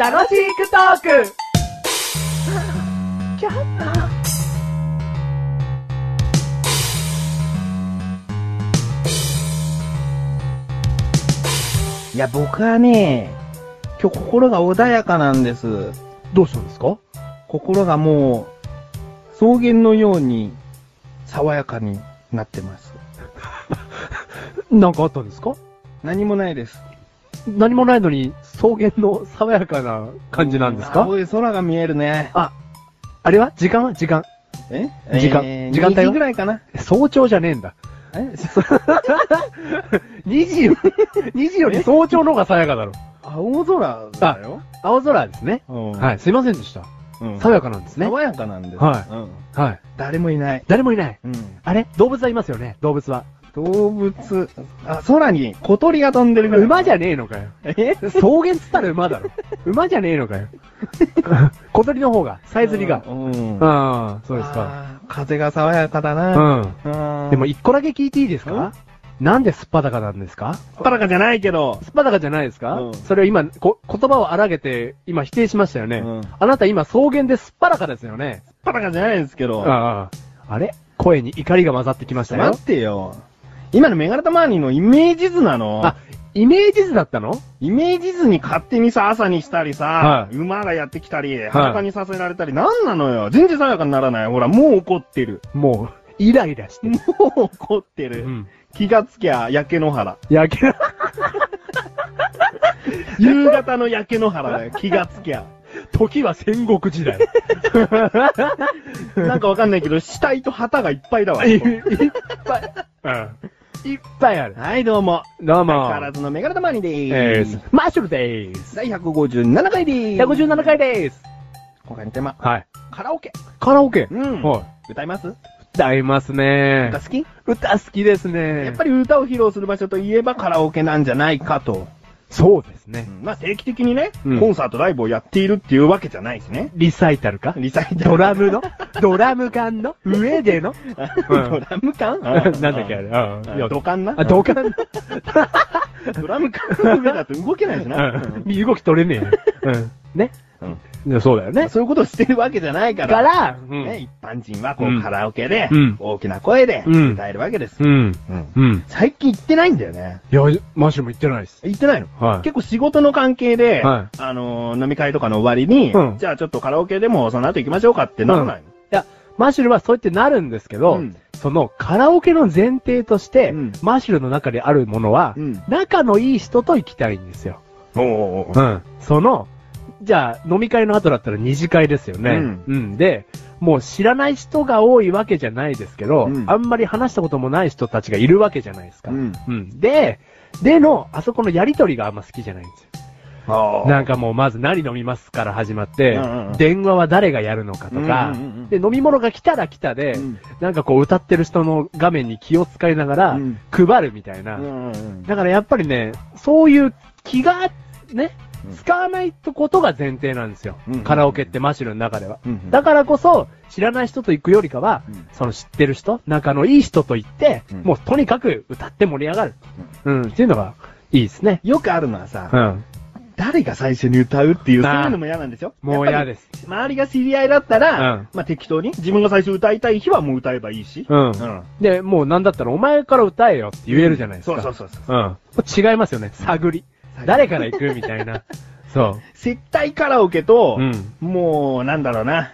楽しくトークいや、僕はね、今日心が穏やかなんです。どうしたんですか心がもう、草原のように、爽やかになってます。なんかあったんですか何もないです。何もないのに、草原の爽やかな感じなんですか青い空が見えるね。あれは時間は時間。え時間えー時間帯は2時ぐらいかな早朝じゃねえんだ。 えそ2時よ り、2時より早朝の方が爽やかだろ。青空だよ。青空ですね。うん。はいい、すいませんでした。うん爽やかなんですね。爽やかなんです。はいうん。はい。誰もいない。誰もいない。うん。あれ動物はいますよね動物は。動物、あ、空に小鳥が飛んでるぐらい。馬じゃねえのかよ。え草原っつったら 馬だろ。馬じゃねえのかよ。小鳥の方が、さえずりが。うん。ああ、そうですか。あー。風が爽やかだうな。ん。うんでも、一個だけ聞いていいですうんかなんですっぱだかなんですかほったらかじゃないけど。すっぱだかじゃないですか、うんそれを今こ、言葉を荒げて、今否定しましたよね。うんあなた今草原ですっぱだかですよね。ほったらかじゃないですけど。ああ。あれ声に怒りが混ざってきましたよ待っ。てよ。今のメガネタマーニーのイメージ図なの。あ、イメージ図だったのイメージ図に勝手にさ、朝にしたりさ、はい馬がやってきたり、裸にさせられたり、なんなのよ。全然爽やかにならない。ほら、もう怒ってる。もう、イライラしてもる。う怒ってる。うん。気がつきゃ、焼け野 原。焼け、夕方の焼け野原だよ。気がつ きゃ。時は戦国時代。なんかわかんないけど、死体と旗がいっ ぱいだわ。いっぱい、うん。いっぱいある。はい、どうも。どう変わもら。ずのメガネタマーニーえでーす。ー、マッシュルでーす。第157回でーす。 157回でーす。今回のテーマ、はい。カラオケ。カラオケ。うん。は歌いますい。歌いますね歌好き歌好きですねやっぱり歌を披露する場所といえばカラオケなんじゃないかと。そうですね。まあ定期的にね、うんコンサートライブをやっているっていうわけじゃないしね。リサイタルかリサイタル。ドラムのドラム缶の上で のうんドラム缶なんだっけあれあうんいや土管なあ、土管ドラム缶の上だと動けないしな。身動き取れねえよ。うん。ねうんいやそうだよね。そういうことをしてるわけじゃないかだら。から、ね、一般人はこううんカラオケでうん、大きな声でうん歌えるわけですう。ん。うんうん。最近行ってないんだよね。いや、マッシュも言ってないです。行ってないのは結構仕事の関係で、はあのー飲み会とかの終わりに、うんじゃあちょっとカラオケでもその後行きましょうかってならないの、マッシュルはそうやってなるんですけど、うんそのカラオケの前提として、うんマッシュルの中であるものは、うん仲のいい人と行きたいんですよ。おおおうん。その、じゃあ、飲み会の後だったら二次会ですよね。うんで、もう知らない人が多いわけじゃないですけど、うんあんまり話したこともない人たちがいるわけじゃないですか。うんで、での、あそこのやりとりがあんま好きじゃないんですよ。あーなんかもう、まず何飲みますから始まって、うんうん電話は誰がやるのかうとか、んうんうんうんで、飲み物が来たら来たで、うんなんかこう、歌ってる人の画面に気を使いながらうん、配るみたいな。うんうんだからやっぱりね、そういう気が、ねうん、使わないことが前提なんですよ。うんカラオケってマシュルの中では。うんうんだからこそ、知らない人と行くよりかは、うんその知ってる人、仲のいい人と行って、うんもうとにかく歌って盛り上がる。うん、っていうのがいいですね。よくあるのはさ、うん。誰が最初に歌うっていう、そうあーいうのも嫌なんでしょもう嫌やっです。ぱり周りが知り合いだったら、うんまあ適当に、自分が最初歌いたい日はもう歌えばいいし。うん。うんで、もうなんだったらお前から歌えよって言えるじゃないですか。そうそうそうそう。うん。違いますよね。探り。誰から行くみた いな。そ接待カラオケと、うんもう、なんだろうな、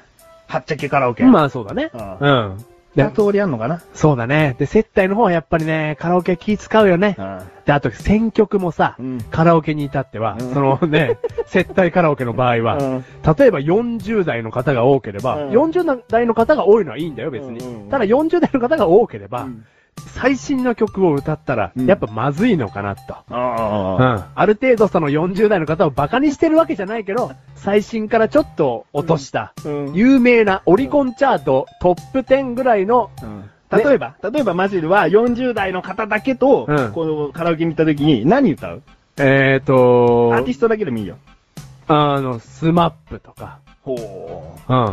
はっちゃけカラオケ。う。まあそうだね。ううん。で二通りあんのかなそうだね。で、接待の方はやっぱりね、カラオケ気使うよね。で、あと選曲もさ、うんカラオケに至っては、うんその ね、接待カラオケの場合は、うん例えば40代の方が多ければ、うん40代の方が多いのはいいんだよ、別に。うんうんうんただ40代の方が多ければ、うん最新の曲を歌ったら、うんやっぱまずいのかなと。あうあ。んある程度その40代の方をバカにしてるわけじゃないけど、最新からちょっと落とした、うん有名なオリコンチャートトップ10ぐらいの、ね例えば、例えばマジルは40代の方だけと、うんこのカラオケに行った時に何歌うえーアとーティストだけでもいいよ。あの、スマップとか、ほうん。う。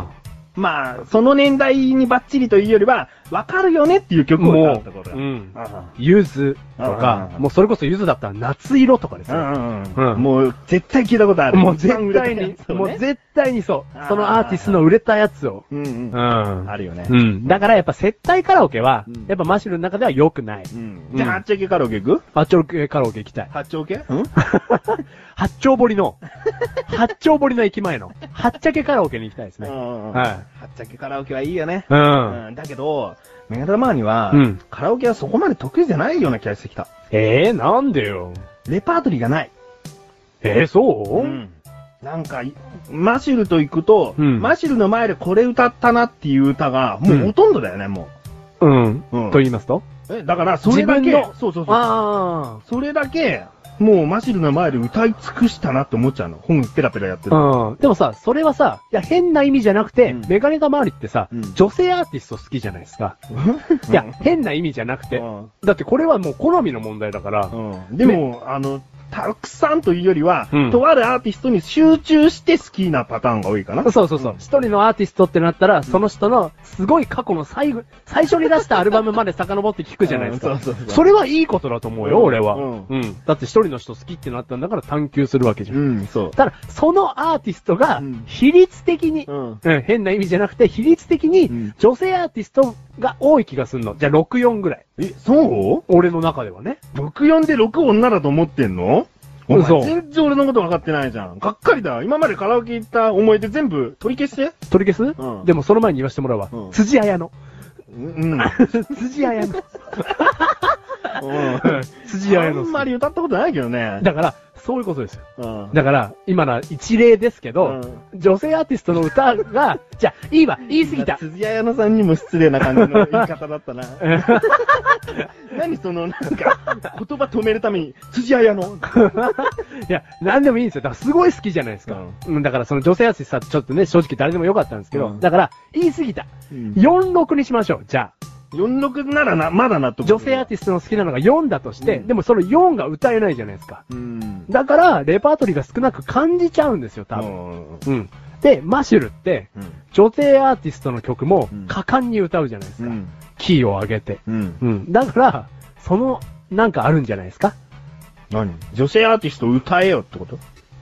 まあ、その年代にバッチリというよりは、わかるよねっていう曲を歌うもとこう、ろうが。ん。あゆずとうんうんかう、んもうそれこそゆずだったら夏色とかですあうよ。んうんうんうんもう、絶対聞いたことある。もう絶対に、ももうう絶絶対にそうあ。ーそのアーティストの売れたやつを。うんううんん。あるよね。うん。だからやっぱ接待カラオケはうん、やっぱマシュルの中では良くない。うんじゃあ、八丁家カラオケ行く八丁堀カラオケ行きたい。八丁家うん八丁堀の、 八丁堀の駅前の、八茶家カラオケに行きたいですうね。んうん。は八丁家カラオケはいいよね。う。うんん。だけど、メガドラマーにはうん、カラオケはそこまで得意じゃないような気がしてきた。ええ、なんでよ。レパートリーがない。ええ、そううんなんか、いマシルと行くと、うんマシルの前でこれ歌ったなっていう歌が、もうほとんどだよね、もうん。う。うんと言いますとえだから、それだ自け分の、そうそうそう。あそれだけ、もうマシルの前で歌い尽くしたなって思っちゃうの。本ペラペラやってる。あ。うん。でもさ、それはさ、いや、変な意味じゃなくて、うんメガネタ周りってさ、うん女性アーティスト好きじゃないですか。いや、変な意味じゃなくて、うんだってこれはもう好みの問題だから、うんでも、あの、たくさんというよりは、うんとあるアーティストに集中して好きなパターンが多いかな。そうそうそうう。ん一、人のアーティストってなったら、その人のすごい過去の最後、最初に出したアルバムまで遡って聞くじゃないですうんか。そうそうそうそれはいいことだと思うよ、うん俺は、ううんん。だって一人の人好きってなったんだから探求するわけじゃん。うん、そう。ただ、そのアーティストがうん、比率的に、うん。うん、変な意味じゃなくて、比率的うにん、女性アーティストが多い気がするの。じゃあ、6、4ぐらい。え、そう俺の中ではね。僕呼んで6女だと思ってんのお嘘前全然俺のこと分かってないじゃん。がっかりだ。今までカラオケ行った思い出全部取り消して。取り消す、うんでも、その前に言わせてもらうわ。うん辻 彩の。うん。うん。辻彩の。辻あ彩の。んまり歌ったことないけどね。だから、そういうことですよ。うん。だから、今のは一例ですけど、女性アーティストの歌が、 じゃあ、いいわ、言い過ぎた。辻彩乃さんにも失礼な感じの言い方だ ったな。何その、なんか、言葉止めるために、辻彩乃。いや、なんでもいいんですよ。だから、すごい好きじゃないですか。うん、だから、その女性アーティストはちょっとね、正直誰でもよかったんですけど、うんだから、言い過ぎた。うん46にしましょう。じゃあ、 46ならな、まだ納得。女性アーティストの好きなのが4だとして、うんでもその4が歌えないじゃないですか。うん。だから、レパートリーが少なく感じちゃうんですよ、多分。分。うん。で、マシュルって、女性アーティストの曲もうん果敢に歌うじゃないですうか。ん。キーを上げて。うん。うん。だから、その、なんかあるんじゃないですか何女性アーティスト歌えよってこと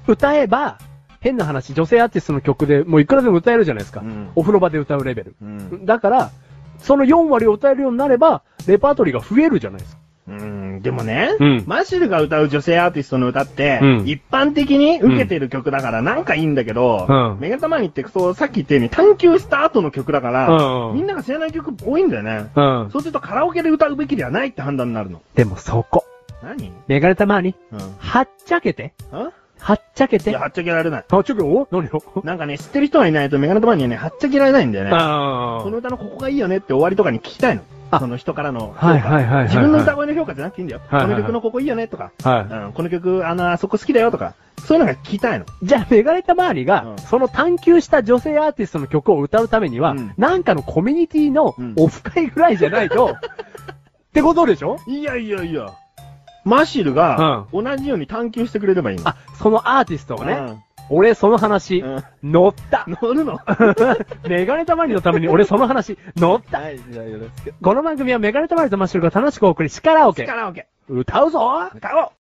歌えば、変な話、女性アーティストの曲でもういくらでも歌えるじゃないですか。うんお風呂場で歌うレベル。うん。だから、その4割を歌えるようになれば、レパートリーが増えるじゃないですか。うん、でもね、うんマシルが歌う女性アーティストの歌って、うん一般的に受けてる曲だからなんかいいんだけど、うんメガタマニってそう、さっき言ったように探求した後の曲だから、うんうんみんなが知らない曲多いんだよね。うん。そうするとカラオケで歌うべきではないって判断になるの。でもそこ、何メガネたまに、うん。はっちゃけて、あはっちゃけいて。や、はっちゃけられない。はっちゃけ、お何よ。なんかね、知ってる人がいないとメガネタマニはね、はっちゃけられないんだよね。 あこの歌のここがいいよねって終わりとかに聞きたいの。あその人からの評価。はいはいはいはいはい自分の歌声の評価じゃなくていいんだよ。はいはいはこのい曲のここいいよねとか、あ。はうん、この曲、あの、あそこ好きだよとか、そういうのが聞きたいの。い。じゃあ、メガネたまりうが、んその探求した女性アーティストの曲を歌うためには、うんなんかのコミュニティのうんオフ会ぐらいじゃな いと、ってことでしょいやいやいや。マシルが、同じように探求してくれればいいの。あ、そのアーティストをね、ね。俺その話、うん乗った。乗 るのメガネたまりのために俺その話、乗った。はい、じゃあよろしく。この番組はメガネたまりとマッシュルが楽しくお送り、シカラオケ。カラオケ、歌うぞ歌おう